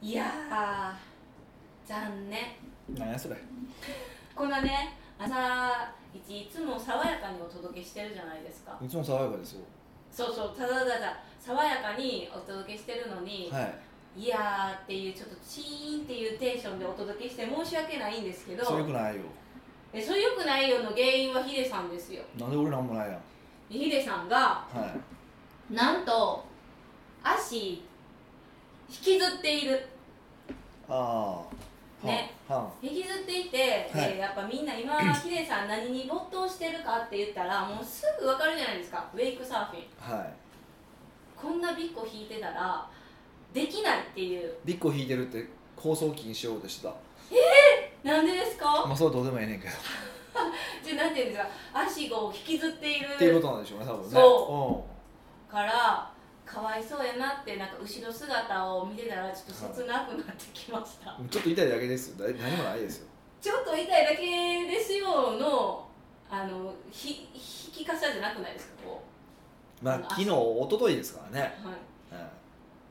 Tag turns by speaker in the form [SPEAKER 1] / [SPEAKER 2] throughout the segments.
[SPEAKER 1] いやー残念
[SPEAKER 2] なんやそれ
[SPEAKER 1] こんなね朝一いつも爽やかにお届けしてるじゃないですか
[SPEAKER 2] いつも爽やかですよ
[SPEAKER 1] そうそうただただ爽やかにお届けしてるのに、
[SPEAKER 2] はい
[SPEAKER 1] い、やーっていうちょっとチーンっていうテンションでお届けして申し訳ないんですけど
[SPEAKER 2] それよくないよ
[SPEAKER 1] えそういうよくないよの原因はヒデさんですよ
[SPEAKER 2] なんで俺なんもないやん
[SPEAKER 1] ヒデさんが
[SPEAKER 2] はい
[SPEAKER 1] なんと足引きずっている
[SPEAKER 2] ああ
[SPEAKER 1] ね
[SPEAKER 2] はん
[SPEAKER 1] 引きずっていて、
[SPEAKER 2] はい
[SPEAKER 1] えーやっぱみんな今 ヒデさん何に没頭してるかって言ったらもうすぐ分かるじゃないですかウェイクサーフィン
[SPEAKER 2] はんはい
[SPEAKER 1] こんなビッコ引いてたらできないっていう
[SPEAKER 2] ビッコ引いてるって構想禁止しようとしてた
[SPEAKER 1] なんでですか
[SPEAKER 2] まあそれはどうでもええねんけど
[SPEAKER 1] じゃあなんていうんですか足を引きずってい
[SPEAKER 2] っていう
[SPEAKER 1] る
[SPEAKER 2] ことなんでしょうね多分ね
[SPEAKER 1] そからかわいそうやなってなんか後ろ姿を見てたらちょっと切なくなってきました、
[SPEAKER 2] うんちょっと痛いだけですよだい何もないですよ
[SPEAKER 1] ちょっと痛いだけですよのあのひ引きかさじゃなくないですかこ
[SPEAKER 2] ま
[SPEAKER 1] あ
[SPEAKER 2] あ
[SPEAKER 1] の
[SPEAKER 2] 昨日一昨日ですからね、
[SPEAKER 1] う、はい、
[SPEAKER 2] うん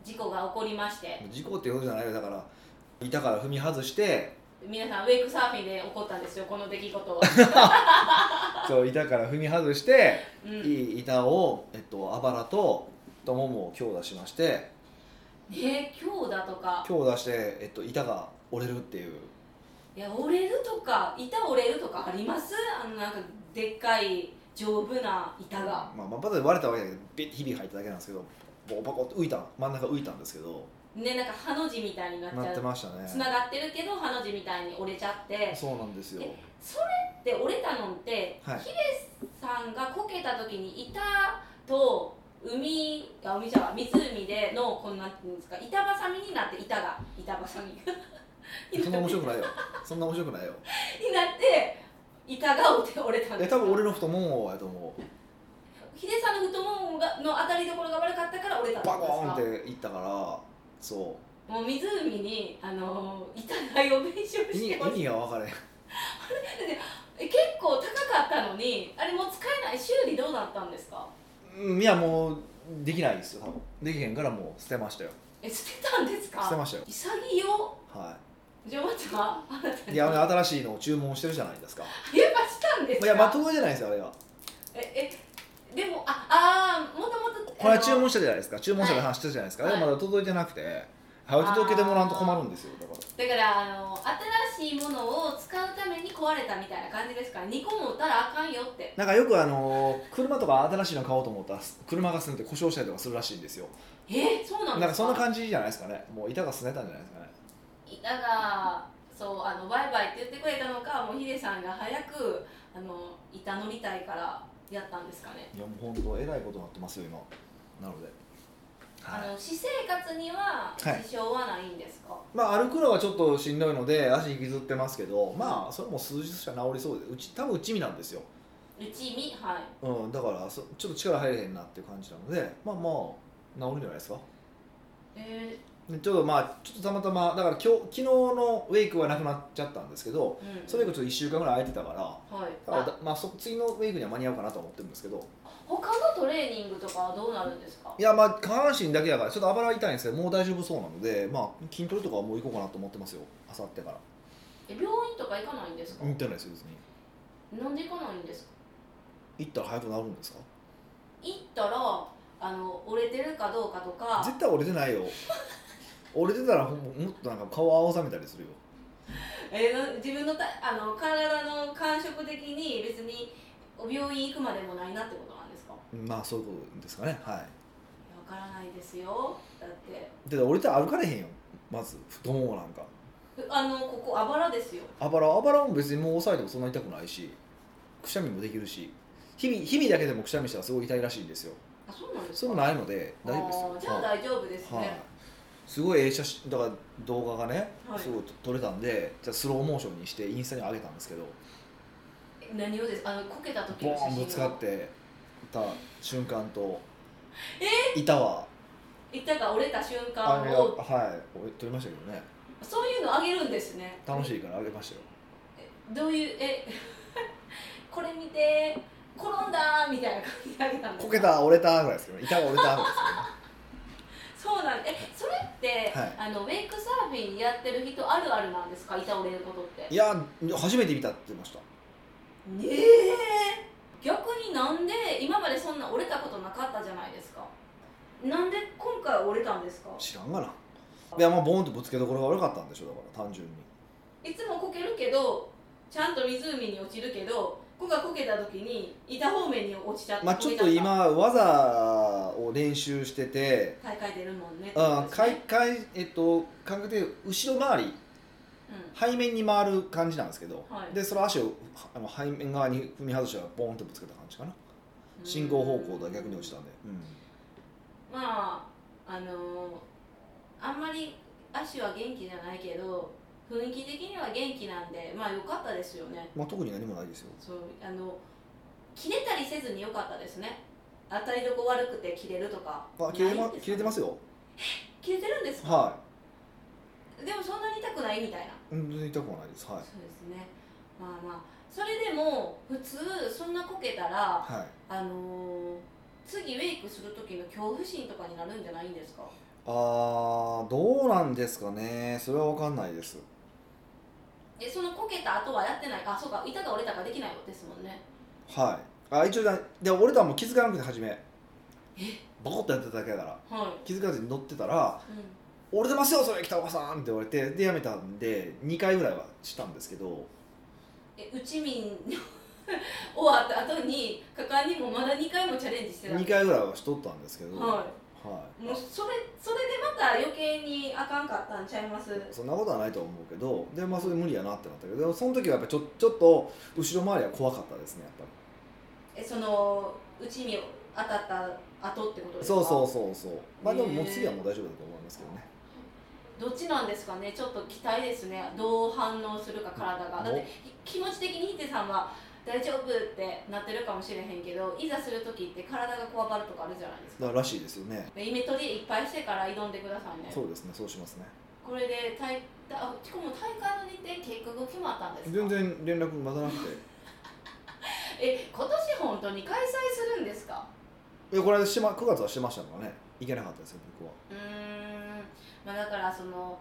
[SPEAKER 1] 事故が起こりまして
[SPEAKER 2] 事故っていうことじゃないよだから板から踏み外して
[SPEAKER 1] 皆さんウェイクサーフィンで起こったんですよこの出来事 は、
[SPEAKER 2] そう板から踏み外して、
[SPEAKER 1] うん、
[SPEAKER 2] いい板を、えっと、あばらと太ももを強打しまして
[SPEAKER 1] ね強打とか
[SPEAKER 2] 強打して、えっと、板が折れるっていう
[SPEAKER 1] いや折れるとか板折れるとかありますあのなんかでっかい丈夫な板が
[SPEAKER 2] まあ、まあ、バタで割れたわけだけどビッてひび入っただけなんですけどボコボコって浮いた真ん中浮いたんですけど
[SPEAKER 1] ねなんかハの字みたいになっち
[SPEAKER 2] な
[SPEAKER 1] ゃ
[SPEAKER 2] って
[SPEAKER 1] う
[SPEAKER 2] ましたね
[SPEAKER 1] つながってるけどハの字みたいに折れちゃって
[SPEAKER 2] そうなんですよ
[SPEAKER 1] えで折れたのって
[SPEAKER 2] はい
[SPEAKER 1] さんがこけた時に板と海あ海じゃない湖でのこんなんていうんですか板挟みになって板が板挟み
[SPEAKER 2] そんな面白
[SPEAKER 1] に
[SPEAKER 2] くないよそんな面白 くないよ
[SPEAKER 1] なって板が折れ折れたんで
[SPEAKER 2] え
[SPEAKER 1] す
[SPEAKER 2] 多分俺の太ももやと思う
[SPEAKER 1] ヒデさんの太ももがの当たりどころが悪かったから折れたんです
[SPEAKER 2] バ
[SPEAKER 1] か
[SPEAKER 2] コーンっていったからそ
[SPEAKER 1] もう湖に、あのー、板台を弁償
[SPEAKER 2] う意味
[SPEAKER 1] して
[SPEAKER 2] 意
[SPEAKER 1] ます
[SPEAKER 2] 味が分かれへん
[SPEAKER 1] え結構高かったのにあれもう使えない修理どうなったんですか
[SPEAKER 2] うんいやもうできないですよ多分できへんからもう捨てましたよ
[SPEAKER 1] え捨てたんです
[SPEAKER 2] 捨て
[SPEAKER 1] か
[SPEAKER 2] ましたよ
[SPEAKER 1] 潔よ
[SPEAKER 2] は
[SPEAKER 1] じゃあまたあなた
[SPEAKER 2] い
[SPEAKER 1] に
[SPEAKER 2] いやあの新しいのを注文してるじゃないですか
[SPEAKER 1] やっぱしたんです
[SPEAKER 2] い
[SPEAKER 1] か
[SPEAKER 2] やまともじゃないですよあれは
[SPEAKER 1] ええでもああーもともと
[SPEAKER 2] これは注
[SPEAKER 1] だ
[SPEAKER 2] 文したじゃないですか注文したの話したじゃないですか、
[SPEAKER 1] はい
[SPEAKER 2] でもまだ届いてなくて早く届けてもらうと困るんですよだか
[SPEAKER 1] からあの新しいものを使うために壊れたみたいな感じですから2個も売ったらあかんよって
[SPEAKER 2] らなんかよくあのー車とか新しいの買おうと思ったら車がすねて故障したりとかするらしいんですよ
[SPEAKER 1] えそうな
[SPEAKER 2] なんん
[SPEAKER 1] ですか
[SPEAKER 2] かそんな感じじゃないですかねもう板がすねたんじゃないですかね
[SPEAKER 1] だがそうあのバイバイって言ってくれたのかもうヒデさんが早くあの板乗りたいからやったんですかね、
[SPEAKER 2] いやもう本当えらいことになってますよ今なのではい
[SPEAKER 1] あの私生活には
[SPEAKER 2] はい
[SPEAKER 1] 支障はないんですか、
[SPEAKER 2] まあ、歩くのはちょっとしんどいので足引きずってますけどまあそれも数日しか治りそうでうち多分うち身なんですよ、
[SPEAKER 1] 内身はい
[SPEAKER 2] うん、だからそちょっと力入れへんなっていう感じなのでまあまあ治るんじゃないですか
[SPEAKER 1] え
[SPEAKER 2] でちょっとまあちょっとたまたまだから今日昨日のウェイクはなくなっちゃったんですけど
[SPEAKER 1] ーうん
[SPEAKER 2] それ以降ちょっと1週間ぐらい空いてたから
[SPEAKER 1] はい
[SPEAKER 2] だから
[SPEAKER 1] あ
[SPEAKER 2] だまあ、そ次のウェイクには間に合うかなと思ってるんですけど
[SPEAKER 1] 他のトレーニングとかはどうなるんですか
[SPEAKER 2] いやまあ下半身だけだからちょっとあばら痛いんですけどもう大丈夫そうなので、まあ、筋トレとかはもう行こうかなと思ってますよあさってから
[SPEAKER 1] え病院とか行かないんですか、
[SPEAKER 2] 行ってないですよ別に
[SPEAKER 1] なんで行かないんですか
[SPEAKER 2] 行ったら早くなるんですか
[SPEAKER 1] 行ったらあの折れてるかどうかとか
[SPEAKER 2] 絶対折れてないよ折れてたらほんもっとなんか顔を青ざめたりするよ
[SPEAKER 1] えーな自分のたあの体の感触的に別に病院行くまでもないなってことなんですか
[SPEAKER 2] まあそういうことですかねは
[SPEAKER 1] わからないですよだって
[SPEAKER 2] いで折れて歩かれへんよまず太ももなんか
[SPEAKER 1] ふあのここあばらですよ
[SPEAKER 2] あばらあばらも別にもう押さえてもそんな痛くないしくしゃみもできるし日々日々だけでもくしゃみしたらすごい痛いらしいんですよ
[SPEAKER 1] あそうなんです
[SPEAKER 2] そ
[SPEAKER 1] か
[SPEAKER 2] れもないので大丈夫
[SPEAKER 1] あー
[SPEAKER 2] です
[SPEAKER 1] じ
[SPEAKER 2] よ
[SPEAKER 1] ゃあ
[SPEAKER 2] はい
[SPEAKER 1] 大丈夫ですね、
[SPEAKER 2] はいすごいええ写真だから動画がね、
[SPEAKER 1] はい
[SPEAKER 2] すごい撮れたんでじゃあスローモーションにしてインスタに上げたんですけど
[SPEAKER 1] え何をですあのこけた時
[SPEAKER 2] ボ
[SPEAKER 1] の写
[SPEAKER 2] ー
[SPEAKER 1] 真
[SPEAKER 2] ン
[SPEAKER 1] を
[SPEAKER 2] ぶつかってた瞬間と板は
[SPEAKER 1] 板が折れた瞬
[SPEAKER 2] あ
[SPEAKER 1] 間
[SPEAKER 2] れ
[SPEAKER 1] を
[SPEAKER 2] はい俺撮りましたけどね
[SPEAKER 1] そういうのあげるんですね
[SPEAKER 2] 楽しいからあげましたよ
[SPEAKER 1] どういうえ これ見て転んだーみたいな感じであげたんです
[SPEAKER 2] こ
[SPEAKER 1] か
[SPEAKER 2] けた折れたぐらいですけどね板が折れたぐらいですけどね
[SPEAKER 1] そうなんえそれって、
[SPEAKER 2] はい
[SPEAKER 1] あのウェイクサーフィンやってる人あるあるなんですか板折れることって
[SPEAKER 2] いや初めて見たって言ってました
[SPEAKER 1] ねえ逆になんで今までそんな折れたことなかったじゃないですかなんで今回折れたんですか
[SPEAKER 2] 知らんがないやまあボーンとぶつけどころが悪かったんでしょだから単純に
[SPEAKER 1] いつもこけるけどちゃんと湖に落ちるけどこがこけた時に板方面に落ちちゃった
[SPEAKER 2] まあちょっと
[SPEAKER 1] こけちゃた
[SPEAKER 2] 今技を練習してて
[SPEAKER 1] 大会出るもんね
[SPEAKER 2] あ
[SPEAKER 1] ってこと
[SPEAKER 2] か
[SPEAKER 1] です
[SPEAKER 2] い
[SPEAKER 1] ね
[SPEAKER 2] かいえっと感覚で言う後ろ回り背面に回る感じなんですけど、
[SPEAKER 1] はい
[SPEAKER 2] でその足をはあの背面側に踏み外したらボーンとぶつけた感じかな
[SPEAKER 1] うん
[SPEAKER 2] 進行方向とは逆に落ちたんで、うん
[SPEAKER 1] まああのーあんまり足は元気じゃないけど雰囲気的には元気なんでまあ良かったですよね
[SPEAKER 2] まあ、特に何もないですよ
[SPEAKER 1] そうあの切れたりせずに良かったですね当たりどこ悪くて切れるとか
[SPEAKER 2] あ切れてま
[SPEAKER 1] ないんですか
[SPEAKER 2] 切れてますよ
[SPEAKER 1] 切れてるんですか、
[SPEAKER 2] は
[SPEAKER 1] でもそんなに痛くないみたいな、
[SPEAKER 2] い全然痛くはないです
[SPEAKER 1] そ
[SPEAKER 2] はい
[SPEAKER 1] うですねまあまあそれでも普通そんなこけたら
[SPEAKER 2] はい
[SPEAKER 1] あのー次ウェイクする時の恐怖心とかになるんじゃないんですか
[SPEAKER 2] あーどうなんですかねそれは分かんないです
[SPEAKER 1] でそのこけた後はやってないあそうか板が折れたかできないよですもんね
[SPEAKER 2] はいあ一応だで俺とはもう気づかなくて初めボコッとやってただけだから
[SPEAKER 1] は
[SPEAKER 2] 気づかずに乗ってたら
[SPEAKER 1] い、うん、
[SPEAKER 2] 「折れてますよそれ北岡さん!」って言われてでやめたんで2回ぐらいはしたんですけど
[SPEAKER 1] え内民の終わった後に果敢にもまだ2回もチャレンジしてたん
[SPEAKER 2] 2
[SPEAKER 1] です
[SPEAKER 2] 回ぐらいはしとったんですけど
[SPEAKER 1] は
[SPEAKER 2] はい
[SPEAKER 1] いもうそれそれでまた余計にあかんかったんちゃいます
[SPEAKER 2] そんなことはないと思うけどでまあそれ無理やなってなったけどでもその時はやっぱちょちょっと後ろ回りは怖かったですねやっぱり
[SPEAKER 1] えその内民当たった後ってことですか
[SPEAKER 2] そうそうそうそうまあでももう次はもう大丈夫だと思いますけどね
[SPEAKER 1] どっちなんですかねちょっと期待ですねどう反応するか体がだって気持ち的にヒデさんは大丈夫ってなってるかもしれへんけどいざする時って体がこわばるとかあるじゃないですか
[SPEAKER 2] だかららしいですよね
[SPEAKER 1] イメトリいっぱいしてから挑んでくださいね
[SPEAKER 2] そうですねそうしますね
[SPEAKER 1] これで大あしかも大会の日程結局決まったんですか
[SPEAKER 2] 全然連絡またなくて
[SPEAKER 1] え今年本当に開催するんですか
[SPEAKER 2] えこれしま9月はしてましたからね行けなかったですよ僕は
[SPEAKER 1] うーんまあだからその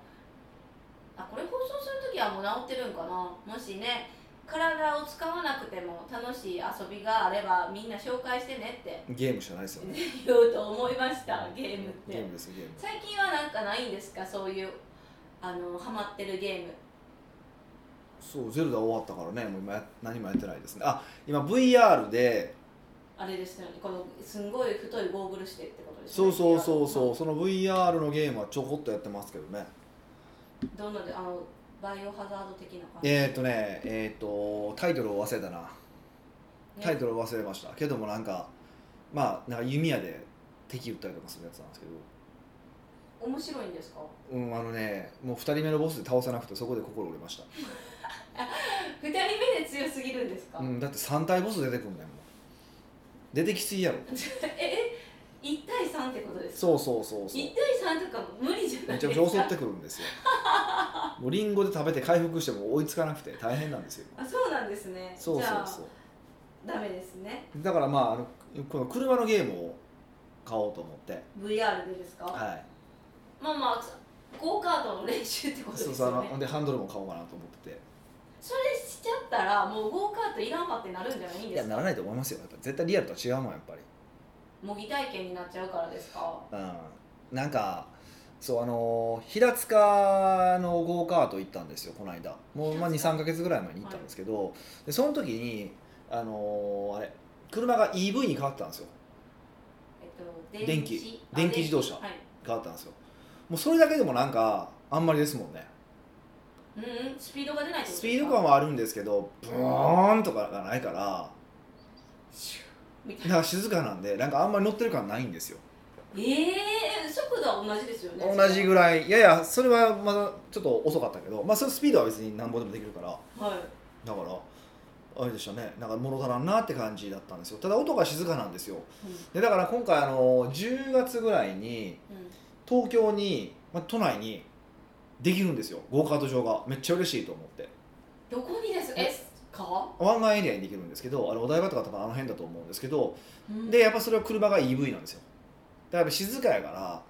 [SPEAKER 1] あこれ放送する時はもう治ってるんかなもしね体を使わなくても楽しい遊びがあればみんな紹介してねって
[SPEAKER 2] ゲームしかないですよね
[SPEAKER 1] 言おうと思いましたゲームっ
[SPEAKER 2] ゲー
[SPEAKER 1] て
[SPEAKER 2] ムですよゲーム
[SPEAKER 1] 最近はなんかないんですかそういうあのハマってるゲーム
[SPEAKER 2] そうゼルダ終わったからねもう今や何もやってないですねあ今 VR で
[SPEAKER 1] あれですよねこのすんごい太いゴーグルしてってことです
[SPEAKER 2] そう
[SPEAKER 1] ね
[SPEAKER 2] そうそうそううその VR のゲームはちょこっとやってますけどね
[SPEAKER 1] どんなであのバイオハザード的な感じ、
[SPEAKER 2] えっ、ー、とねえっ、とタイトルを忘れたな
[SPEAKER 1] ね
[SPEAKER 2] タイトルを忘れましたけどもなんかまあなんか弓矢で敵撃ったりとかするやつなんですけど
[SPEAKER 1] 面白いんですか
[SPEAKER 2] うんあのねもう2人目のボスで倒せなくてそこで心折れまし
[SPEAKER 1] 二人目で強すぎるんですか、
[SPEAKER 2] た、うん、だって3体ボス出てくんねんもう出てきすぎやろ
[SPEAKER 1] え1対3ってことですか
[SPEAKER 2] そうそうそうそう
[SPEAKER 1] 1対3とか無理じゃな
[SPEAKER 2] め
[SPEAKER 1] いで
[SPEAKER 2] ちゃ
[SPEAKER 1] す
[SPEAKER 2] く
[SPEAKER 1] か
[SPEAKER 2] ちゃ襲ってくる んですよもうリンゴで食べて回復しても追いつかなくて大変なんですよ
[SPEAKER 1] あそうなんですね
[SPEAKER 2] そうそう
[SPEAKER 1] じ
[SPEAKER 2] そ
[SPEAKER 1] ゃ
[SPEAKER 2] う
[SPEAKER 1] あダメですね
[SPEAKER 2] だからまああのこの車のゲームを買おうと思って
[SPEAKER 1] VR でですか、
[SPEAKER 2] はい
[SPEAKER 1] まあまあゴーカートの練習ってことです
[SPEAKER 2] そ
[SPEAKER 1] よ
[SPEAKER 2] う
[SPEAKER 1] ね
[SPEAKER 2] そうあのほんでハンドルも買おうかなと思ってて
[SPEAKER 1] それしちゃったらもうゴーカートいらんわってなるんじゃないん
[SPEAKER 2] い
[SPEAKER 1] で
[SPEAKER 2] や
[SPEAKER 1] すか
[SPEAKER 2] ならないと思いますよやっぱ絶対リアルとは違うもんやっぱ
[SPEAKER 1] 模擬体験になっちゃうからですか
[SPEAKER 2] りうんなんかそうあのー平塚のゴーカート行ったんですよこの間もう、まあ、
[SPEAKER 1] 平塚
[SPEAKER 2] 23か月ぐらい前に行ったんですけど、でその時にあのーあれ車が EV に変わったんですよ
[SPEAKER 1] えっと
[SPEAKER 2] 電気
[SPEAKER 1] あ
[SPEAKER 2] 電気自動車
[SPEAKER 1] はい
[SPEAKER 2] 変わったんですよもうそれだけでもなんかあんまりですもんね
[SPEAKER 1] うんうんスピードが出ないってことですか
[SPEAKER 2] スピード感はあるんですけどブーンとかがないから
[SPEAKER 1] シュッみたいな
[SPEAKER 2] なんか静かなんでなんかあんまり乗ってる感ないんですよ
[SPEAKER 1] ええ速度は同じですよね
[SPEAKER 2] 同じぐらいいやいやそれはまだちょっと遅かったけどまあそのスピードは別になんぼでもできるから
[SPEAKER 1] はい
[SPEAKER 2] だからあれでしたねなんか物足らんなって感じだったんですよただ音が静かなんですよでだから今回あの10月ぐらいに
[SPEAKER 1] うんうん
[SPEAKER 2] 東京に、まあ、都内にできるんですよゴーカート場がめっちゃ嬉しいと思って
[SPEAKER 1] どこにですえか、
[SPEAKER 2] 湾岸エリアにできるんですけどあれお台場とか多分あの辺だと思うんですけど
[SPEAKER 1] うん
[SPEAKER 2] でやっぱそれは車が EV なんですよだからやっぱ静かやから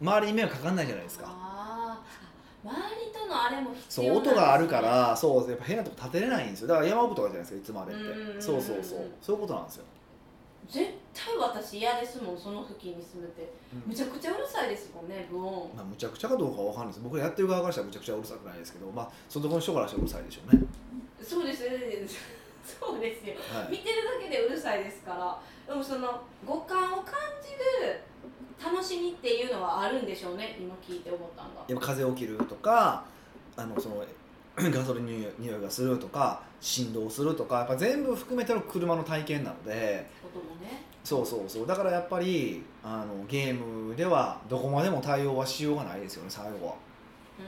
[SPEAKER 2] 周りに迷惑かかんないじゃないですか
[SPEAKER 1] あーあ周あれも必
[SPEAKER 2] そ
[SPEAKER 1] 要
[SPEAKER 2] う
[SPEAKER 1] なんですね
[SPEAKER 2] 音があるからそうやっぱ変なとこ立てれないんですよだから山奥とかじゃないですかいつもあれっ
[SPEAKER 1] うんうんうんう
[SPEAKER 2] て
[SPEAKER 1] ん
[SPEAKER 2] そうそうそうそういうことなんですよ、
[SPEAKER 1] 絶対私嫌ですもんその付近に住むってむちゃくちゃうるさいですもんね無音
[SPEAKER 2] まあ、むちゃくちゃかどうかは分かんないです僕らやってる側からしたらむちゃくちゃうるさくないですけどまあそのところの人からしたらうるさいでしょうね、
[SPEAKER 1] そうですよ ねそうですよ
[SPEAKER 2] はい、
[SPEAKER 1] 見てるだけでうるさいですからでもその五感を感じる楽しみっていうのはあるんでしょうね今聞いて思ったんが
[SPEAKER 2] やっぱ風を切るとかあのその ガソリンの匂いがするとか振動するとかやっぱ全部含めての車の体験なので
[SPEAKER 1] こともね
[SPEAKER 2] そうそうそうだからやっぱりあのゲームではどこまでも対応はしようがないですよね最後は
[SPEAKER 1] うー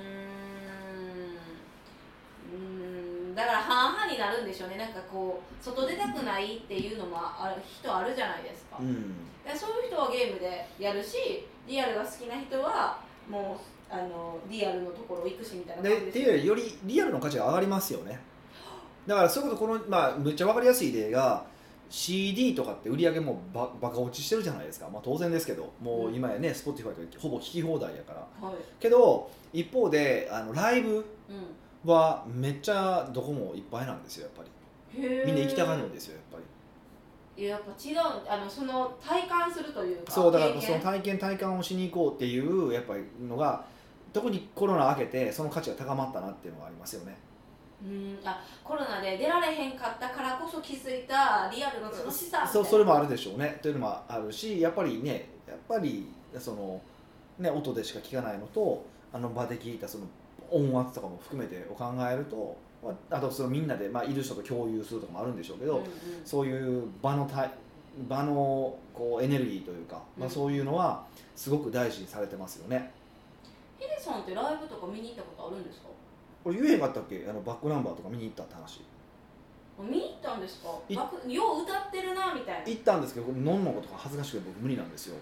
[SPEAKER 1] んうーんだから半々になるんでしょうねなんかこう外出たくないっていうのもある人あるじゃないですか,、
[SPEAKER 2] うん
[SPEAKER 1] そういう人はゲームでやるしリアルが好きな人はもうあのリアルのところ行くしみたいな
[SPEAKER 2] でっ
[SPEAKER 1] 感じで
[SPEAKER 2] てい
[SPEAKER 1] す
[SPEAKER 2] うよ
[SPEAKER 1] よ
[SPEAKER 2] りよりリアルの価値が上がりますよねだからそういうことこのまあめっちゃ分かりやすい例が CD とかって売り上げもうばバカ落ちしてるじゃないですか、まあ、当然ですけどもう今やね Spotify とほぼ聴き放題やから
[SPEAKER 1] はい、
[SPEAKER 2] けど一方であのライブ
[SPEAKER 1] う
[SPEAKER 2] はめっちゃどこもいっぱいなんですよやっぱり
[SPEAKER 1] ん、へー
[SPEAKER 2] みんな行きたがるんですよやっぱり
[SPEAKER 1] いややっぱ違うあのその体感するというか
[SPEAKER 2] そうだか
[SPEAKER 1] 経
[SPEAKER 2] ら
[SPEAKER 1] 験
[SPEAKER 2] その体験体感をしに行こうっていうやっぱりのが特にコロナ明けてその価値が高まったなっていうのがありますよね
[SPEAKER 1] うんあコロナで出られへんかったからこそ気づいたリアルの楽しさみたいな
[SPEAKER 2] そうそれもあるでしょうねというのもあるしやっぱりねやっぱりその、ね、音でしか聞かないのとあの場で聞いたその音圧とかも含めてを考えるとまああとそのみんなで、まあ、いる人と共有するとかもあるんでしょうけど、
[SPEAKER 1] うんうん
[SPEAKER 2] そういう場のたい場のこうエネルギーというか、まあ、
[SPEAKER 1] うん
[SPEAKER 2] そういうのはすごく大事にされてますよね。
[SPEAKER 1] ヒデさんってライブとか見に行ったことあるんですか
[SPEAKER 2] これ言えへんかったっけあのバックナンバーとか見に行ったって話
[SPEAKER 1] 見に行ったんですか
[SPEAKER 2] い
[SPEAKER 1] バクよう歌ってるなみたいな
[SPEAKER 2] 行ったんですけどのんのことが恥ずかしくて僕無理なんですよ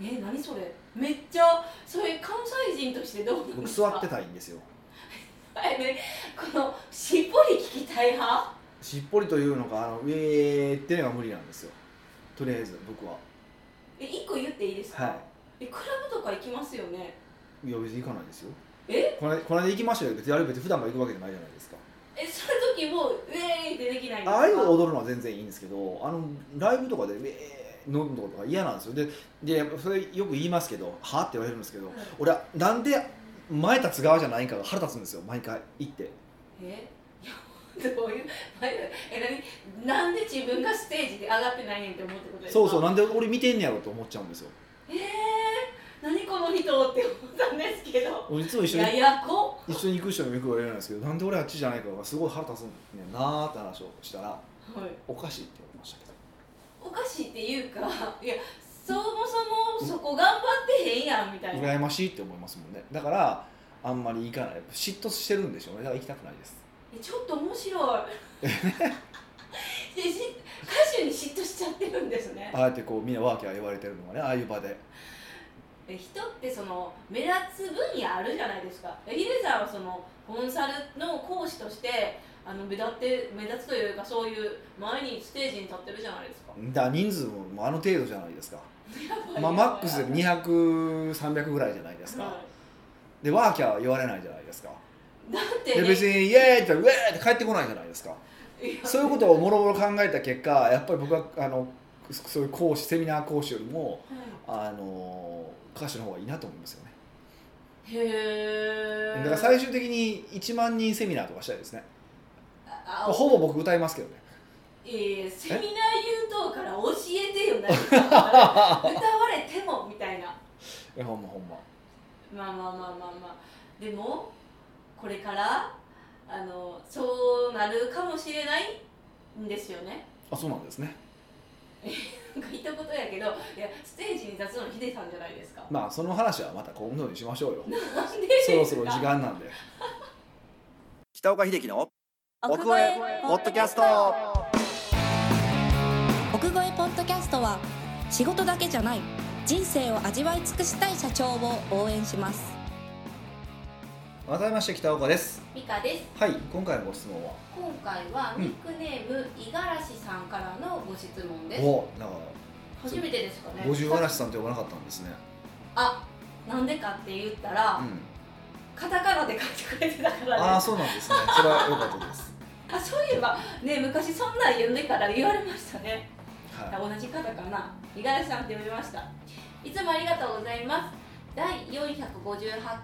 [SPEAKER 1] え何それめっちゃそれ関西人としてどうなん
[SPEAKER 2] 僕
[SPEAKER 1] です
[SPEAKER 2] 座
[SPEAKER 1] か
[SPEAKER 2] ってたいんですよ
[SPEAKER 1] はいねこのしっぽり聞きたい派
[SPEAKER 2] しっぽりというのかあのウェーっていうのが無理なんですよとりあえず僕は
[SPEAKER 1] え一個言っていいですか、
[SPEAKER 2] は
[SPEAKER 1] えクラブとか行きますよね
[SPEAKER 2] いいや別に行かないですよ
[SPEAKER 1] え
[SPEAKER 2] この間この間行きましたけど別にあれ別に普段から行くわけじゃないじゃないですか
[SPEAKER 1] えその時もうウェーイってできないんです
[SPEAKER 2] あ
[SPEAKER 1] か
[SPEAKER 2] あいうの踊るのは全然いいんですけどあのライブとかでウェー飲むとか嫌なんですよででやっぱそれよく言いますけどはあって言われるんですけど俺はなんで前立つ側じゃないかが腹立つんですよ毎回行って
[SPEAKER 1] えいやどういうえ何なんで自分がステージで上がってないねんって思うってことですか
[SPEAKER 2] そうそうなんで俺見てんねやろと思っちゃうんですよ
[SPEAKER 1] えー、何この人って思ったんですけど
[SPEAKER 2] 俺いつも一緒に
[SPEAKER 1] ややこ
[SPEAKER 2] 一緒に行く人にもよく言われるんですけどなんで俺あっちじゃないかがすごい腹立つんねんなーって話をしたら
[SPEAKER 1] はい
[SPEAKER 2] おかしいって言われましたけど
[SPEAKER 1] おかしいっていうかいやそもそもそこ頑張ってへんやんみたいな
[SPEAKER 2] 羨ましいって思いますもんねだからあんまり行かないやっぱ嫉妬してるんでしょうねだから行きたくないです
[SPEAKER 1] えちょっと面白 いでし歌手に嫉妬しちゃってるんですね
[SPEAKER 2] ああやってこうみんなワーキャー言われてるのがねああいう場で
[SPEAKER 1] え人ってその目立つ分野あるじゃないですかえヒデさんはそのコンサルの講師としてあの目立って目立つというかそういう前にステージに立ってるじゃないですか
[SPEAKER 2] だから人数もあの程度じゃないですか、まあ、マックスで
[SPEAKER 1] で
[SPEAKER 2] 200300ぐらいじゃないですか、でワーキャーは言われないじゃないですか
[SPEAKER 1] だって、ね、
[SPEAKER 2] で別にイエーイってウェーって帰ってこないじゃないですか
[SPEAKER 1] いや
[SPEAKER 2] そういうことをもろもろ考えた結果やっぱり僕はあのそういう講師セミナー講師よりも
[SPEAKER 1] は
[SPEAKER 2] あの歌手の方がいいなと思いますよね
[SPEAKER 1] いへえ
[SPEAKER 2] だから最終的に1万人セミナーとかしたいですね
[SPEAKER 1] ああ
[SPEAKER 2] ほぼ僕歌いますけどね
[SPEAKER 1] えー、セミナー誘導から教えてよ何か歌われてもみたいな
[SPEAKER 2] えほんまほんま
[SPEAKER 1] まあまあまあまあまあでもこれからあのそうなるかもしれないんですよね
[SPEAKER 2] あそうなんですね
[SPEAKER 1] なんか言ったことやけどいやステージに立つのヒデさんじゃないですか
[SPEAKER 2] まあその話はまた今度にしま しょうよ
[SPEAKER 1] なんで
[SPEAKER 2] そろそろ時間なんで北岡秀樹の
[SPEAKER 3] 奥越えポッドキャスト
[SPEAKER 4] 奥越えポッドキャストは仕事だけじゃない人生を味わい尽くしたい社長を応援します
[SPEAKER 2] 改めまして北岡です
[SPEAKER 1] ミカです
[SPEAKER 2] はい今回のご質問は
[SPEAKER 1] 今回は
[SPEAKER 2] うん
[SPEAKER 1] ニックネーム五十嵐さんからのご質問です
[SPEAKER 2] おなんか
[SPEAKER 1] 初めてですかね
[SPEAKER 2] 五十嵐さんって呼ばなかったんですね
[SPEAKER 1] あなんでかって言ったら、
[SPEAKER 2] うん
[SPEAKER 1] カタカナンで書いてくれてたからね
[SPEAKER 2] ああそうなんですねそれは良かったです
[SPEAKER 1] あそういえばね昔そんなん読んでから言われましたね
[SPEAKER 2] はい
[SPEAKER 1] 同じ方かな五十嵐さんって呼びましたいつもありがとうございます第458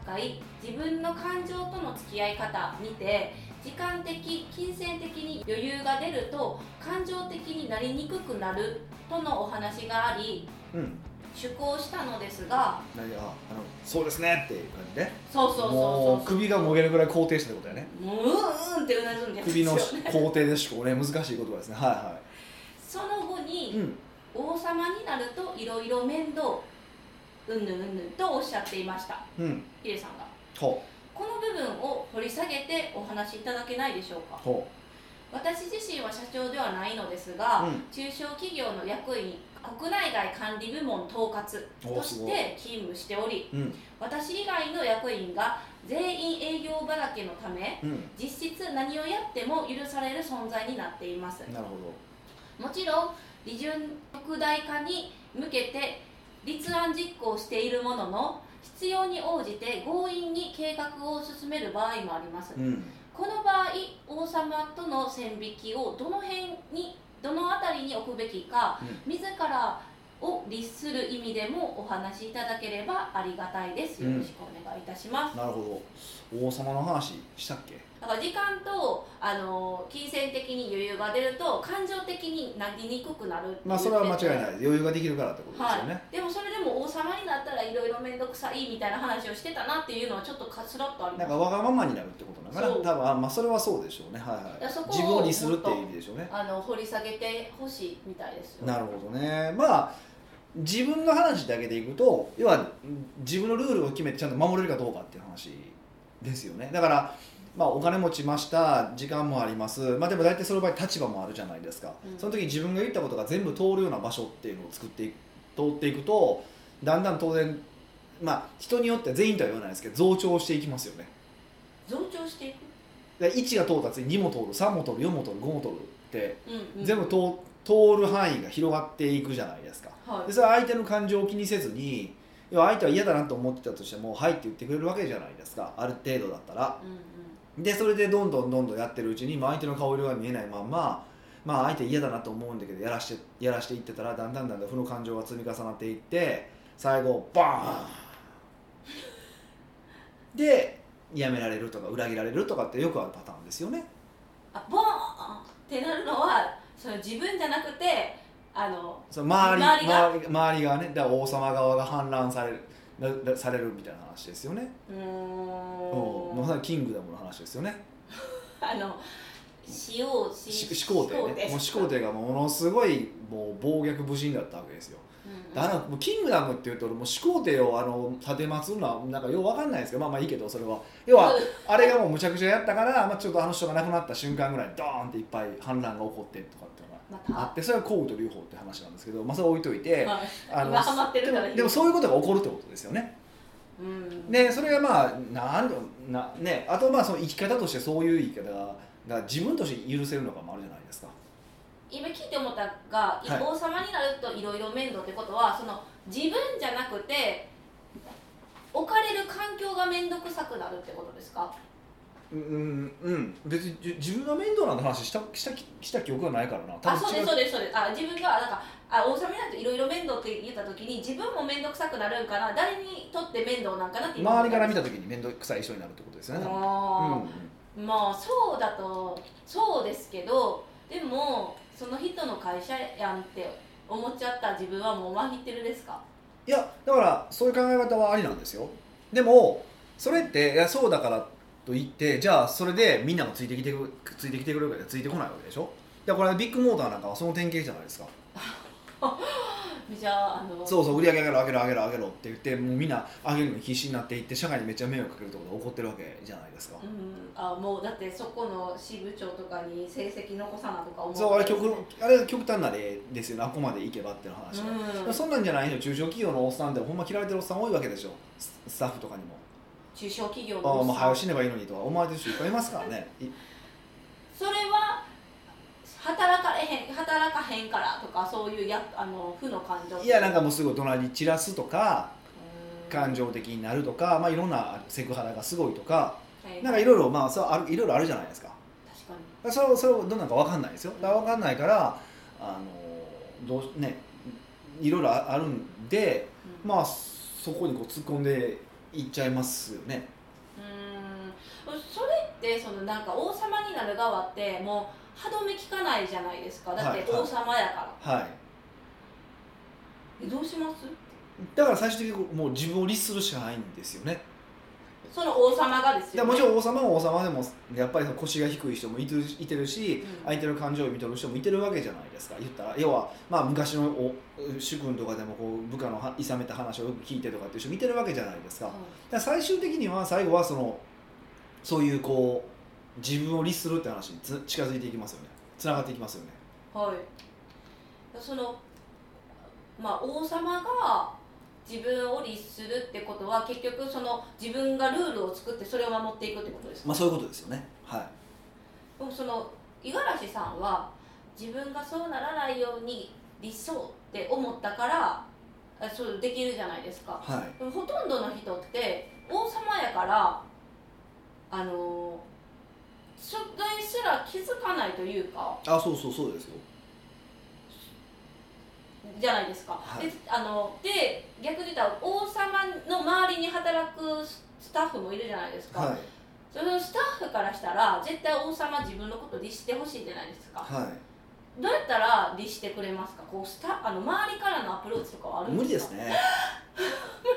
[SPEAKER 1] 回自分の感情との付き合い方にて時間的金銭的に余裕が出ると感情的になりにくくなるとのお話があり
[SPEAKER 2] うん
[SPEAKER 1] 趣向したのですが
[SPEAKER 2] 何ああのそうですねっていう感じで
[SPEAKER 1] そうそうそう
[SPEAKER 2] も
[SPEAKER 1] そう
[SPEAKER 2] う首がもげるぐらい肯定してることやね
[SPEAKER 1] もううんうんってうなずんでます
[SPEAKER 2] 首
[SPEAKER 1] よ
[SPEAKER 2] の肯定でしこね難しい言葉ですねは
[SPEAKER 1] その後
[SPEAKER 2] い
[SPEAKER 1] に、
[SPEAKER 2] はいうん
[SPEAKER 1] 王様になるといろいろ面倒うんぬんうんぬんとおっしゃっていました
[SPEAKER 2] うん
[SPEAKER 1] ヒデさんが
[SPEAKER 2] ほ
[SPEAKER 1] この部分を掘り下げてお話しいただけないでしょうか
[SPEAKER 2] うほ
[SPEAKER 1] 私自身は社長ではないのです
[SPEAKER 2] う
[SPEAKER 1] が、
[SPEAKER 2] うん
[SPEAKER 1] 中小企業の役員国内外管理部門統括
[SPEAKER 2] お
[SPEAKER 1] とし
[SPEAKER 2] すごい
[SPEAKER 1] て勤務しており
[SPEAKER 2] うん
[SPEAKER 1] 私以外の役員が全員営業ばらけのため
[SPEAKER 2] うん
[SPEAKER 1] 実質何をやっても許される存在になっています
[SPEAKER 2] なるほ
[SPEAKER 1] もちろん利潤拡大化に向けて立案実行しているものの必要に応じて強引に計画を進める場合もあります、
[SPEAKER 2] どうん
[SPEAKER 1] この場合王様との線引きをどの辺にどの辺りに置くべきか、
[SPEAKER 2] う
[SPEAKER 1] 自らを律する意味でもお話しいただければありがたいですよろしくお願いいたします、
[SPEAKER 2] なるほど王様の話したっけ
[SPEAKER 1] だから時間とあの金銭的に余裕が出ると感情的になりにくくなるって
[SPEAKER 2] まあそれは間違いないい余裕ができるからってことですよね、
[SPEAKER 1] はい、でもそれでも王様になったらいろいろ面倒くさいみたいな話をしてたなっていうのはちょっとかすらっとありま
[SPEAKER 2] なん
[SPEAKER 1] す
[SPEAKER 2] かわがままになるってことなの
[SPEAKER 1] そう
[SPEAKER 2] かな多分あまあそれはそうでしょうねはい
[SPEAKER 1] いやそ
[SPEAKER 2] は
[SPEAKER 1] こを
[SPEAKER 2] い自分を律するっていう意味でしょうね
[SPEAKER 1] あの掘り下げてほしいみたいですよ
[SPEAKER 2] なるほどねまあ自分の話だけでいくと要は自分のルールを決めてちゃんと守れるかどうかっていう話ですよねだから、まあ、お金持ちました時間もあります、まあ、でも大体その場合立場もあるじゃないですか、
[SPEAKER 1] うん
[SPEAKER 2] その時自分が言ったことが全部通るような場所っていうのを作っていく通っていくとだんだん当然まあ人によって全員とは言わないですけど増長していきますよね
[SPEAKER 1] 増長していく、
[SPEAKER 2] だから1が通った次に2も通る3も通る4も通る5も通るって
[SPEAKER 1] うんうん
[SPEAKER 2] 全部通通る範囲が広がっていくじゃないですか
[SPEAKER 1] は
[SPEAKER 2] でそれは相手の感情を気にせずに要は相手は嫌だなと思ってたとしても「はい」って言ってくれるわけじゃないですかある程度だったら
[SPEAKER 1] い、うんうん、
[SPEAKER 2] でそれでどんどんどんどんやってるうちに、まあ、相手の顔色が見えないまんま、まあ、相手嫌だなと思うんだけどやらしてやらしていってたらだんだんだんだん負の感情が積み重なっていって最後バーンでやめられるとか裏切られるとかってよくあるパターンですよね
[SPEAKER 1] あボーンってなるのはその自分じゃなくてあの
[SPEAKER 2] その周り
[SPEAKER 1] 周りが
[SPEAKER 2] 周り周りがねだから王様側が反乱されるなされるみたいな話ですよね
[SPEAKER 1] うー
[SPEAKER 2] うんま
[SPEAKER 1] ん
[SPEAKER 2] さにキングダムの話ですよね
[SPEAKER 1] あの塩を
[SPEAKER 2] し始皇帝ねもう始皇帝がものすごいもう暴虐無人だったわけですよだからもうキングダムっていうと俺もう始皇帝をあの立てまつるのはなんかようわかんないですけどまあまあいいけどそれは要はあれがもうむちゃくちゃやったから、まあ、ちょっとあの人が亡くなった瞬間ぐらいにドーンっていっぱい反乱が起こってとかっていうのが
[SPEAKER 1] ま
[SPEAKER 2] あ
[SPEAKER 1] た
[SPEAKER 2] ってそれは皇武と劉邦って話なんですけどまあそれは置いといて
[SPEAKER 1] はい
[SPEAKER 2] あ
[SPEAKER 1] 今ハマってるからいい
[SPEAKER 2] でもでもそういうことが起こるってことですよね
[SPEAKER 1] うん
[SPEAKER 2] でそれがまあなんだろうなねあとまあその生き方としてそういう生き方がだから自分として許せるのかもあるじゃないですか
[SPEAKER 1] 今聞いて思ったが、
[SPEAKER 2] はい
[SPEAKER 1] 王様になるといろいろ面倒ってことはその自分じゃなくて置かれる環境が面倒くさくなるってことですか
[SPEAKER 2] うんうん別にじ自分が面倒なんて話したしたきした記憶がないからな
[SPEAKER 1] あそうですそう
[SPEAKER 2] う
[SPEAKER 1] ですそうですあ自分がなんかあ王様になるといろいろ面倒って言った時に自分も面倒くさくなるんかな誰にとって面倒なんかなって
[SPEAKER 2] 周りから見た
[SPEAKER 1] 時
[SPEAKER 2] 時に面倒くさい人になるってことですよね多分
[SPEAKER 1] あー、まあそうだとそうですけどでもその人の会社やんって思っちゃった自分はもうまひってるですか
[SPEAKER 2] いやだからそういう考え方はありなんですよでもそれっていやそうだからと言ってじゃあそれでみんなもついてきてくついてきてくれるかってついてこないわけでしょだからこれビッグモーターなんかはその典型じゃないですか
[SPEAKER 1] じゃああの
[SPEAKER 2] そうそう売り上げ上げろ上げろ上げろ上げろって言ってもうみんな上げるのに必死になっていって社会にめっちゃ迷惑かけるってことが起こってるわけじゃないですか、
[SPEAKER 1] うん、あもうだってそこの支部長とかに成績残さなとか思
[SPEAKER 2] そうあれ
[SPEAKER 1] けど
[SPEAKER 2] 極あれ極端な例ですよねあここまでいけばっていう話、
[SPEAKER 1] うん、
[SPEAKER 2] そんなんじゃないよ中小企業のおっさんでほんま嫌われてるおっさん多いわけでしょススタッフとかにも
[SPEAKER 1] 中小企業
[SPEAKER 2] ああもう早
[SPEAKER 1] の
[SPEAKER 2] う死ねばいいのにとか思われてる人いっぱいいますからねい
[SPEAKER 1] それは働かれへん働かへんからとかそういうやあの負の感情
[SPEAKER 2] いやなんかもうすぐ隣に散らすとか
[SPEAKER 1] うん
[SPEAKER 2] 感情的になるとか、まあ、いろんなセクハラがすごいとか
[SPEAKER 1] はい
[SPEAKER 2] なんかいろいろまあそうあるいろいろあるじゃないですか
[SPEAKER 1] 確かに
[SPEAKER 2] だからそれをそれをどうなんかわかんないですよだからわかんないからあのどうしねいろいろああるんで
[SPEAKER 1] うん
[SPEAKER 2] まあそこにこう突っ込んでいっちゃいますよね
[SPEAKER 1] うーんそれってそのなんか王様になる側ってもう歯止め効かないじゃないですかだって
[SPEAKER 2] はいはい
[SPEAKER 1] 王様やから、
[SPEAKER 2] はい
[SPEAKER 1] えどうします
[SPEAKER 2] だから最終的にもう自分を律するしかないんですよね
[SPEAKER 1] その王様がです
[SPEAKER 2] で
[SPEAKER 1] よ、ね、
[SPEAKER 2] もちろん王様は王様でもやっぱりその腰が低い人もいてるいてるし、
[SPEAKER 1] うん
[SPEAKER 2] 相手の感情を見とる人もいてるわけじゃないですか言ったら要は、まあ、昔のお主君とかでもこう部下のはいさめた話をよく聞いてとかっていう人見てるわけじゃないですか,、
[SPEAKER 1] はい
[SPEAKER 2] だから最終的には最後はそのそういうこう自分を律するって話につ近づいていきますよねつながっていきますよね
[SPEAKER 1] はい、その、まあ、王様が自分を律するってことは結局その自分がルールを作ってそれを守っていくってことですか、
[SPEAKER 2] まあそういうことですよねはい
[SPEAKER 1] でもその五十嵐さんは自分がそうならないように律そうって思ったからあそうできるじゃないですか
[SPEAKER 2] はい
[SPEAKER 1] でもほとんどの人って王様やからあのそれすら気づかないというか
[SPEAKER 2] あそうそうそうですよ
[SPEAKER 1] じゃないですか、
[SPEAKER 2] はい
[SPEAKER 1] であので逆に言ったら王様の周りに働くススタッフもいるじゃないですか、
[SPEAKER 2] はい
[SPEAKER 1] そのスタッフからしたら絶対王様自分のこと律してほしいじゃないですか、
[SPEAKER 2] はい
[SPEAKER 1] どうやったら律してくれますかこうスタあの周りからのアプローチとかはあるん
[SPEAKER 2] 無理
[SPEAKER 1] で
[SPEAKER 2] ですす
[SPEAKER 1] か
[SPEAKER 2] ね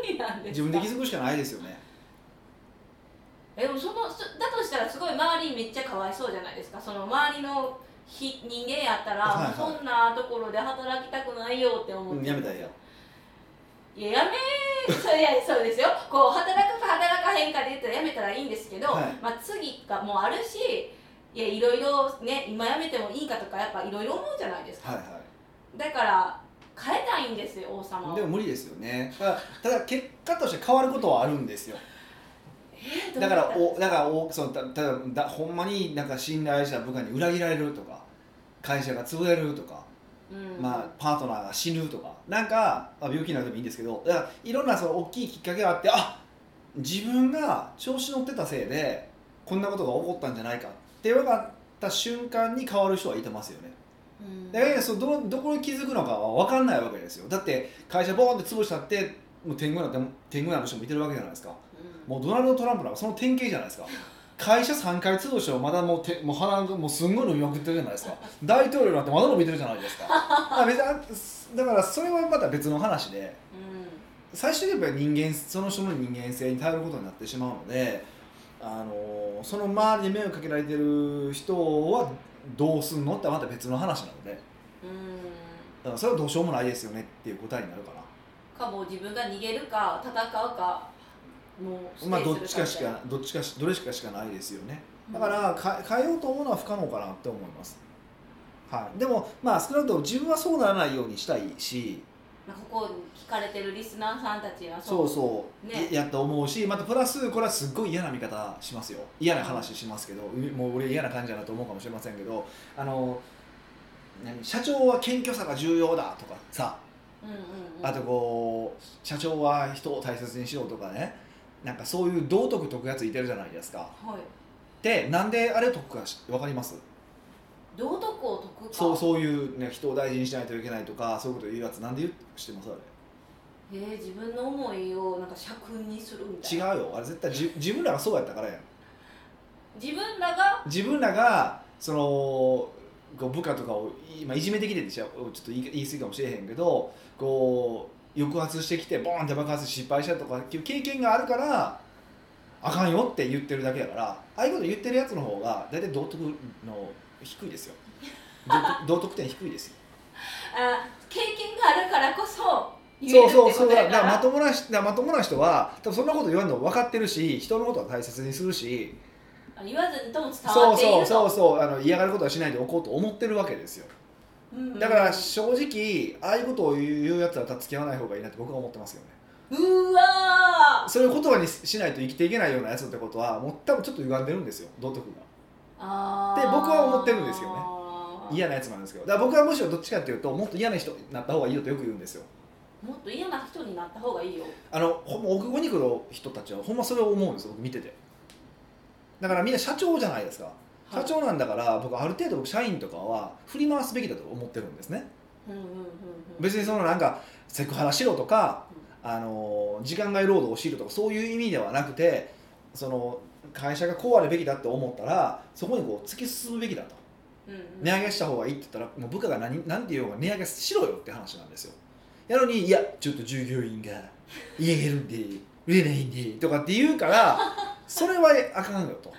[SPEAKER 1] 無理なんです
[SPEAKER 2] 自
[SPEAKER 1] か
[SPEAKER 2] 分で気づくしかないですよね
[SPEAKER 1] えでもそのそだとしたらすごい周りめっちゃかわいそうじゃないですかその周りのひ人間やったら、
[SPEAKER 2] はいはい
[SPEAKER 1] もうそんなところで働きたくないよって思っ
[SPEAKER 2] う
[SPEAKER 1] て
[SPEAKER 2] んやめたらええやん
[SPEAKER 1] いややめーそれいやそうですよこう働くか働かへんかで言ったらやめたらいいんですけど、
[SPEAKER 2] はい
[SPEAKER 1] まあ、次がもうあるしいやいろいろね今やめてもいいかとかやっぱいろいろ思うじゃないですか、
[SPEAKER 2] はいはい
[SPEAKER 1] だから変えたいんですよ王様を
[SPEAKER 2] でも無理ですよねただただ結果として変わることはあるんですよ
[SPEAKER 1] えーどう
[SPEAKER 2] だか
[SPEAKER 1] やっ
[SPEAKER 2] ら
[SPEAKER 1] た
[SPEAKER 2] おだからおそのたただだほんまになんか信頼した部下に裏切られるとか会社が潰れるとか、
[SPEAKER 1] うん
[SPEAKER 2] まあ、パートナーが死ぬとかなんか、まあ、病気になるでもいいんですけどだからいろんなその大きいきっかけがあってあ自分が調子乗ってたせいでこんなことが起こったんじゃないかって分かった瞬間に変わる人はいてますよね
[SPEAKER 1] うん
[SPEAKER 2] だからそのどどこに気づくのかは分かんないわけですよだって会社ボーンって潰したってもう天狗なんて天狗なんて人もいてるわけじゃないですか
[SPEAKER 1] うん
[SPEAKER 2] もうドナルド・トランプなんかその典型じゃないですか会社3回潰してもまだもうてもう鼻がもうすんごい伸びまくってるじゃないですか大統領なんてまだ伸びてるじゃないですかあ別にあだからそれはまた別の話で
[SPEAKER 1] うん
[SPEAKER 2] 最終的にやっぱり人間その人の人間性に頼ることになってしまうのであのその周りに迷惑かけられてる人はどうすんのってまた別の話なので。
[SPEAKER 1] うん
[SPEAKER 2] だからそれはどうしようもないですよねっていう答えになるかな、
[SPEAKER 1] かもう自分が逃げるか戦うかもうステイ
[SPEAKER 2] まあ、ど
[SPEAKER 1] す
[SPEAKER 2] っ
[SPEAKER 1] る
[SPEAKER 2] ちかし
[SPEAKER 1] みたい
[SPEAKER 2] か
[SPEAKER 1] な
[SPEAKER 2] どっちかしどれしかしかないですよねだからか変えようと思うのは不可能かなって思います、はい、でもまあ少なくとも自分はそうならないようにしたいし
[SPEAKER 1] まあここに聞かれてるリスナーさんたちは
[SPEAKER 2] そうそう、
[SPEAKER 1] ね
[SPEAKER 2] ややと思うしまたプラスこれはすっごい嫌な見方しますよ嫌な話しますけど、もう俺嫌な感じだなと思うかもしれませんけどあの何社長は謙虚さが重要だとかさ
[SPEAKER 1] うんうんうん、
[SPEAKER 2] あとこう社長は人を大切にしようとかねなんかそういう道徳解くやついてるじゃないですか
[SPEAKER 1] はい
[SPEAKER 2] でなんであれ解くかし分かります
[SPEAKER 1] 道徳を解くか
[SPEAKER 2] そうそういう、ね、人を大事にしないといけないとかそういうこと言うやつなんで言うしてますあれ
[SPEAKER 1] えー、自分の思いをなんか尺にするみたい
[SPEAKER 2] 違う
[SPEAKER 1] な
[SPEAKER 2] よあれ絶対じ自分らがそうやったからやん
[SPEAKER 1] 自分らが
[SPEAKER 2] 自分らがそのこう部下とかを今いじめてきてでしょちょっと言い言い過ぎかもしれへんけどこう抑圧してきてボーンって爆発失敗したとかっていう経験があるからあかんよって言ってるだけだからああいうこと言ってるやつの方が大体道徳の低いですよ道徳道徳点低いですよ
[SPEAKER 1] あ経験があるからこそ言える
[SPEAKER 2] そ
[SPEAKER 1] っ
[SPEAKER 2] う
[SPEAKER 1] て
[SPEAKER 2] そ
[SPEAKER 1] こと
[SPEAKER 2] うそうだ
[SPEAKER 1] や
[SPEAKER 2] か
[SPEAKER 1] から
[SPEAKER 2] らまともなしだからまともな人は多分そんなこと言わんの分かってるし人のことは大切にするし
[SPEAKER 1] あ言わずにとも伝
[SPEAKER 2] そ
[SPEAKER 1] わ
[SPEAKER 2] う
[SPEAKER 1] っている
[SPEAKER 2] そ
[SPEAKER 1] と
[SPEAKER 2] うそうそうあの嫌がることはしないでおこうと思ってるわけですよ
[SPEAKER 1] うんうん
[SPEAKER 2] だから正直ああいうことを言うやつらとは付き合わない方がいいなって僕は思ってますよね
[SPEAKER 1] うわー
[SPEAKER 2] それを言葉にしないと生きていけないようなやつってことはもう多分ちょっと歪んでるんですよ道徳
[SPEAKER 1] あ
[SPEAKER 2] って僕は思ってるんですよね
[SPEAKER 1] よ
[SPEAKER 2] が嫌なやつなんですけどだから僕はむしろどっちかっていうともっと嫌な人になった方がいいよとよく言うんですよ
[SPEAKER 1] もっと嫌な人になった方がいいよ
[SPEAKER 2] あのほんま奥語に来る人たちはほんまそれを思うんですよ僕見ててだだからみんな社長じゃないですか社長なんだから僕ある程度僕社員とかは振り回すべきだと思ってるんですね
[SPEAKER 1] うんうんうんうん
[SPEAKER 2] 別にそのなんかセクハラしろとか、あの時間外労働を強いるとかそういう意味ではなくてその会社がこうあるべきだって思ったらそこにこう突き進むべきだと
[SPEAKER 1] うんうん
[SPEAKER 2] 値上げした方がいいって言ったらもう部下が何何て言おうが値上げしろよって話なんですよやのにいやちょっと従業員が家減るんで売れないんでとかって言うからそれはあかんよと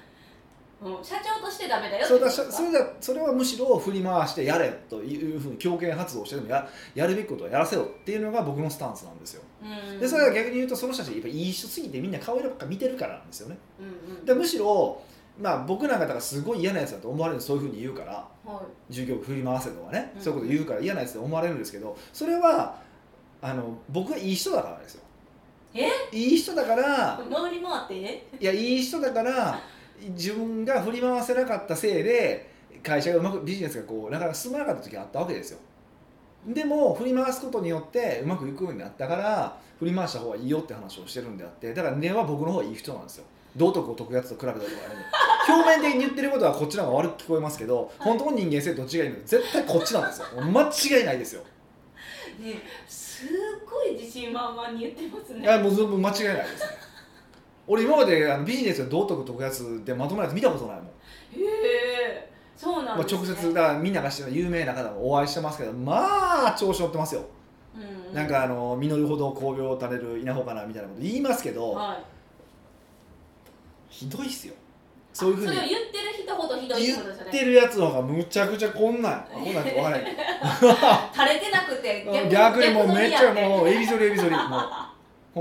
[SPEAKER 1] うん社長としてダメだよって
[SPEAKER 2] そ
[SPEAKER 1] こ
[SPEAKER 2] れ
[SPEAKER 1] と
[SPEAKER 2] だ
[SPEAKER 1] です
[SPEAKER 2] そ
[SPEAKER 1] か
[SPEAKER 2] れだそれはむしろ振り回してやれというふうに強権発動してでもややるべきことはやらせよっていうのが僕のスタンスなんですよ
[SPEAKER 1] うん
[SPEAKER 2] でそれは逆に言うとその人たちやっぱいい人すぎてみんな顔色ばっか見てるからなんですよね
[SPEAKER 1] うんうん
[SPEAKER 2] でむしろ、まあ、僕なんかだからすごい嫌なやつだと思われるのそういうふうに言うから
[SPEAKER 1] は
[SPEAKER 2] 従業員振り回せとかね、
[SPEAKER 1] うん
[SPEAKER 2] そういうこと言うから嫌なやつで思われるんですけどそれはあの僕がいい人だからですよいい人だから
[SPEAKER 1] い回り回ってね
[SPEAKER 2] いやいい人だから自分が振り回せなかったせいで会社がうまくビジネスがこうなかなか進まなかった時があったわけですよでも振り回すことによってうまくいくようになったから振り回した方がいいよって話をしてるんであってだから根は僕の方がいい人なんですよ道徳を解くやつと比べたとかね表面的に言ってることはこっちの方が悪く聞こえますけど本当の人間性どっちがいいの絶対こっちなんですよもう間違いないですよ
[SPEAKER 1] ねすっごい自信満々に言ってます
[SPEAKER 2] い
[SPEAKER 1] ね
[SPEAKER 2] やもう全部間違いないですね俺今まであのビジネスで道徳解くやつでまともなやつ見たことないもん
[SPEAKER 1] へえそうなん
[SPEAKER 2] まあ、
[SPEAKER 1] です、ね
[SPEAKER 2] 直接だからみんなが知ってる有名な方もお会いしてますけどまあ調子乗ってますよ、
[SPEAKER 1] うんう
[SPEAKER 2] なんかあの実るほど巧妙を垂れる稲穂かなみたいなこと言いますけど、
[SPEAKER 1] はい
[SPEAKER 2] ひどいっすよそういうふう
[SPEAKER 1] それ
[SPEAKER 2] に
[SPEAKER 1] を言ってる人ほどひどいって
[SPEAKER 2] 言
[SPEAKER 1] ことですよ
[SPEAKER 2] っ
[SPEAKER 1] ね
[SPEAKER 2] てるやつの方がむちゃくちゃこんなんこんなんって分から ない
[SPEAKER 1] 垂れてなくて
[SPEAKER 2] けど逆にもうめっちゃ
[SPEAKER 1] う
[SPEAKER 2] もうえびぞりえびぞりもうほん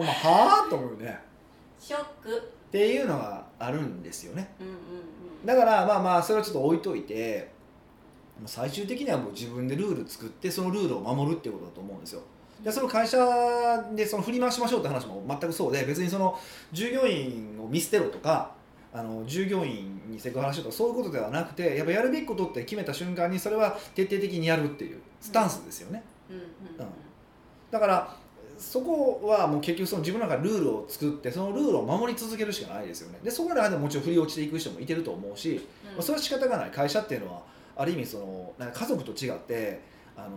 [SPEAKER 2] まはあと思うね
[SPEAKER 1] ショック
[SPEAKER 2] っていうのがあるんですよね
[SPEAKER 1] うんうんうん
[SPEAKER 2] だからまあまあそれはちょっと置いといてもう最終的にはもう自分でルール作ってそのルールを守るっていうことだと思うんですよでその会社でその振り回しましょうって話も全くそうで別にその従業員を見捨てろとかあの従業員にセクハラしようとかそういうことではなくてやっぱやるべきことって決めた瞬間にそれは徹底的にやるっていうスタンスですよね、
[SPEAKER 1] うんうんうん
[SPEAKER 2] だからそこはもう結局その自分の中でルールを作ってそのルールを守り続けるしかないですよねでそこらでもちろん振り落ちていく人もいてると思うし、まあ、それは仕方がない会社っていうのはある意味そのなんか家族と違ってあの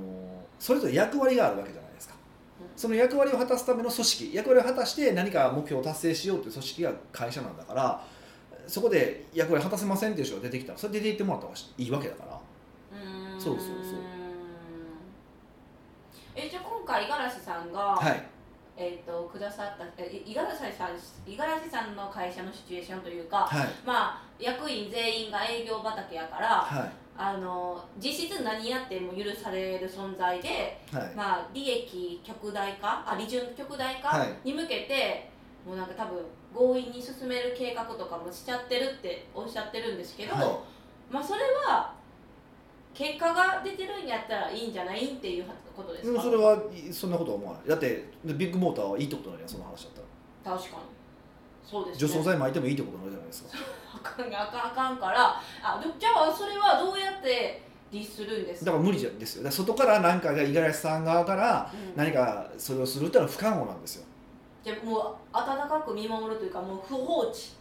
[SPEAKER 2] それぞれ役割があるわけじゃないですか
[SPEAKER 1] うん
[SPEAKER 2] その役割を果たすための組織役割を果たして何か目標を達成しようという組織が会社なんだからそこで役割を果たせませんっていう人が出てきたらそれ出て行ってもらった方がいいわけだから
[SPEAKER 1] うーん
[SPEAKER 2] そうそうそう
[SPEAKER 1] えじゃあ今回五十嵐さんが、
[SPEAKER 2] はい
[SPEAKER 1] えっとくださったえい五十嵐さん五十嵐さんの会社のシチュエーションというか、
[SPEAKER 2] はい
[SPEAKER 1] まあ役員全員が営業畑やから
[SPEAKER 2] は
[SPEAKER 1] あの実質何やっても許される存在で
[SPEAKER 2] いはい
[SPEAKER 1] まあ、利益極大化あ利潤極大
[SPEAKER 2] は
[SPEAKER 1] 化
[SPEAKER 2] い
[SPEAKER 1] に向けて、もうなんか多分強引に進める計画とかもしちゃってるっておっしゃってるんですけど、
[SPEAKER 2] はい
[SPEAKER 1] まあそれは結果が出てるんやったらいいんじゃないっていうことで
[SPEAKER 2] ですも
[SPEAKER 1] か
[SPEAKER 2] それはいそんなことは思わないだってビッグモーターはいいってことになりますその話だったら
[SPEAKER 1] 確かにそうです
[SPEAKER 2] 除
[SPEAKER 1] ね
[SPEAKER 2] 草剤巻いてもいいってことになるじゃないですか
[SPEAKER 1] あかんあかんあかんからあどじゃあそれはどうやって律するんです
[SPEAKER 2] だ
[SPEAKER 1] か
[SPEAKER 2] から無理じゃですよだから外から何かが五十嵐さん側から
[SPEAKER 1] うん
[SPEAKER 2] 何かそれをするってのは不可能なんですよ
[SPEAKER 1] じゃあもう温かく見守るというかもう不放置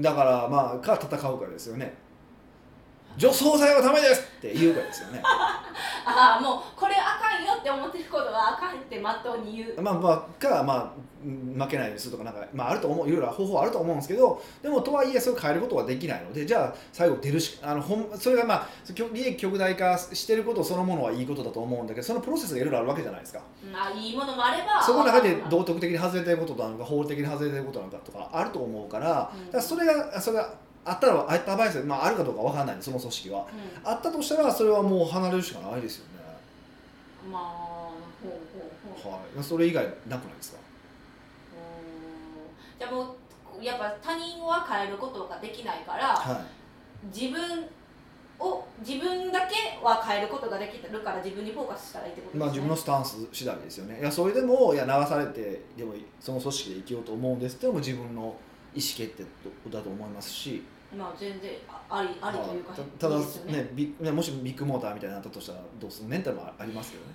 [SPEAKER 2] だからまあか戦うからですよね除草剤はダメですって言うからですよね
[SPEAKER 1] ああもうこれあかんよって思ってることはあかんってまっとうに言う
[SPEAKER 2] まあまあかまあうん負けないようにするとかなんか、まあ、あると思ういろいろ方法はあると思うんですけどでもとはいえそれを変えることはできないのでじゃあ最後出るしあのほんそれがまあ利益極大化してることそのものはいいことだと思うんだけどそのプロセスがいろいろあるわけじゃないですか
[SPEAKER 1] うんあいいものもあれば
[SPEAKER 2] そこの中で
[SPEAKER 1] あ
[SPEAKER 2] 道徳的に外れてることなのか法的に外れてることなのかとかあると思うからだからそれがそれがあったらあった場合ですよ、まあ、あるかどうかわからないんでその組織は
[SPEAKER 1] う
[SPEAKER 2] あったとしたらそれはもう離れるしかないですよね、
[SPEAKER 1] んまあほうほうほう
[SPEAKER 2] はい、それ以外なくないですか
[SPEAKER 1] うんじゃあもうやっぱ他人は変えることができないから
[SPEAKER 2] は
[SPEAKER 1] 自分を自分だけは変えることができるから自分にフォーカスしたらいいってことです
[SPEAKER 2] い
[SPEAKER 1] ね
[SPEAKER 2] まあ自分のスタンス次第ですよねいやそれでもいや流されてでもその組織で生きようと思うんですっていうのも自分の意思決定だと思いますし
[SPEAKER 1] まあ全然あありありというか
[SPEAKER 2] はいたただ
[SPEAKER 1] いいですよ
[SPEAKER 2] ねビねもしビッグモーターみたいになったとしたらどうするメンタルもありますけどね、はい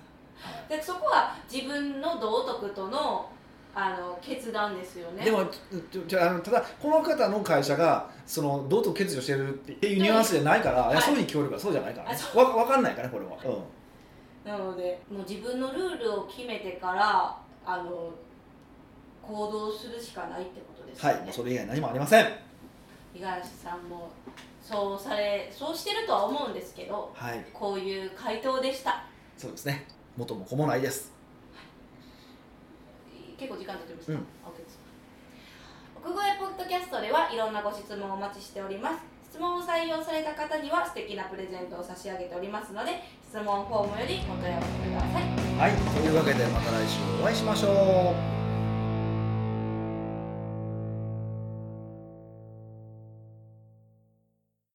[SPEAKER 1] でそこは自分の道徳とのあの決断ですよね
[SPEAKER 2] でもちょちょあのただこの方の会社がそのどうと欠如してるっていうニュアンスじゃないから、
[SPEAKER 1] い
[SPEAKER 2] いやそういうふうに聞こえるからそうじゃないから、ね
[SPEAKER 1] あ、そ
[SPEAKER 2] わ分かんないからねこれは、うん
[SPEAKER 1] なのでもう自分のルールを決めてからあの行動するしかないってことです
[SPEAKER 2] は
[SPEAKER 1] よ
[SPEAKER 2] い、も
[SPEAKER 1] ね
[SPEAKER 2] うそれ以外何もありません
[SPEAKER 1] 五十嵐さんもそうされそうしてるとは思うんですけど
[SPEAKER 2] はい
[SPEAKER 1] こういう回答でした
[SPEAKER 2] そうですね元も子もないです
[SPEAKER 1] 結構時間経ってました、
[SPEAKER 2] うん
[SPEAKER 1] OK です奥越ポッドキャストではいろんなご質問をお待ちしております質問を採用された方には素敵なプレゼントを差し上げておりますので質問フォームよりお問い合わせください
[SPEAKER 2] はいというわけでまた来週お会いしましょう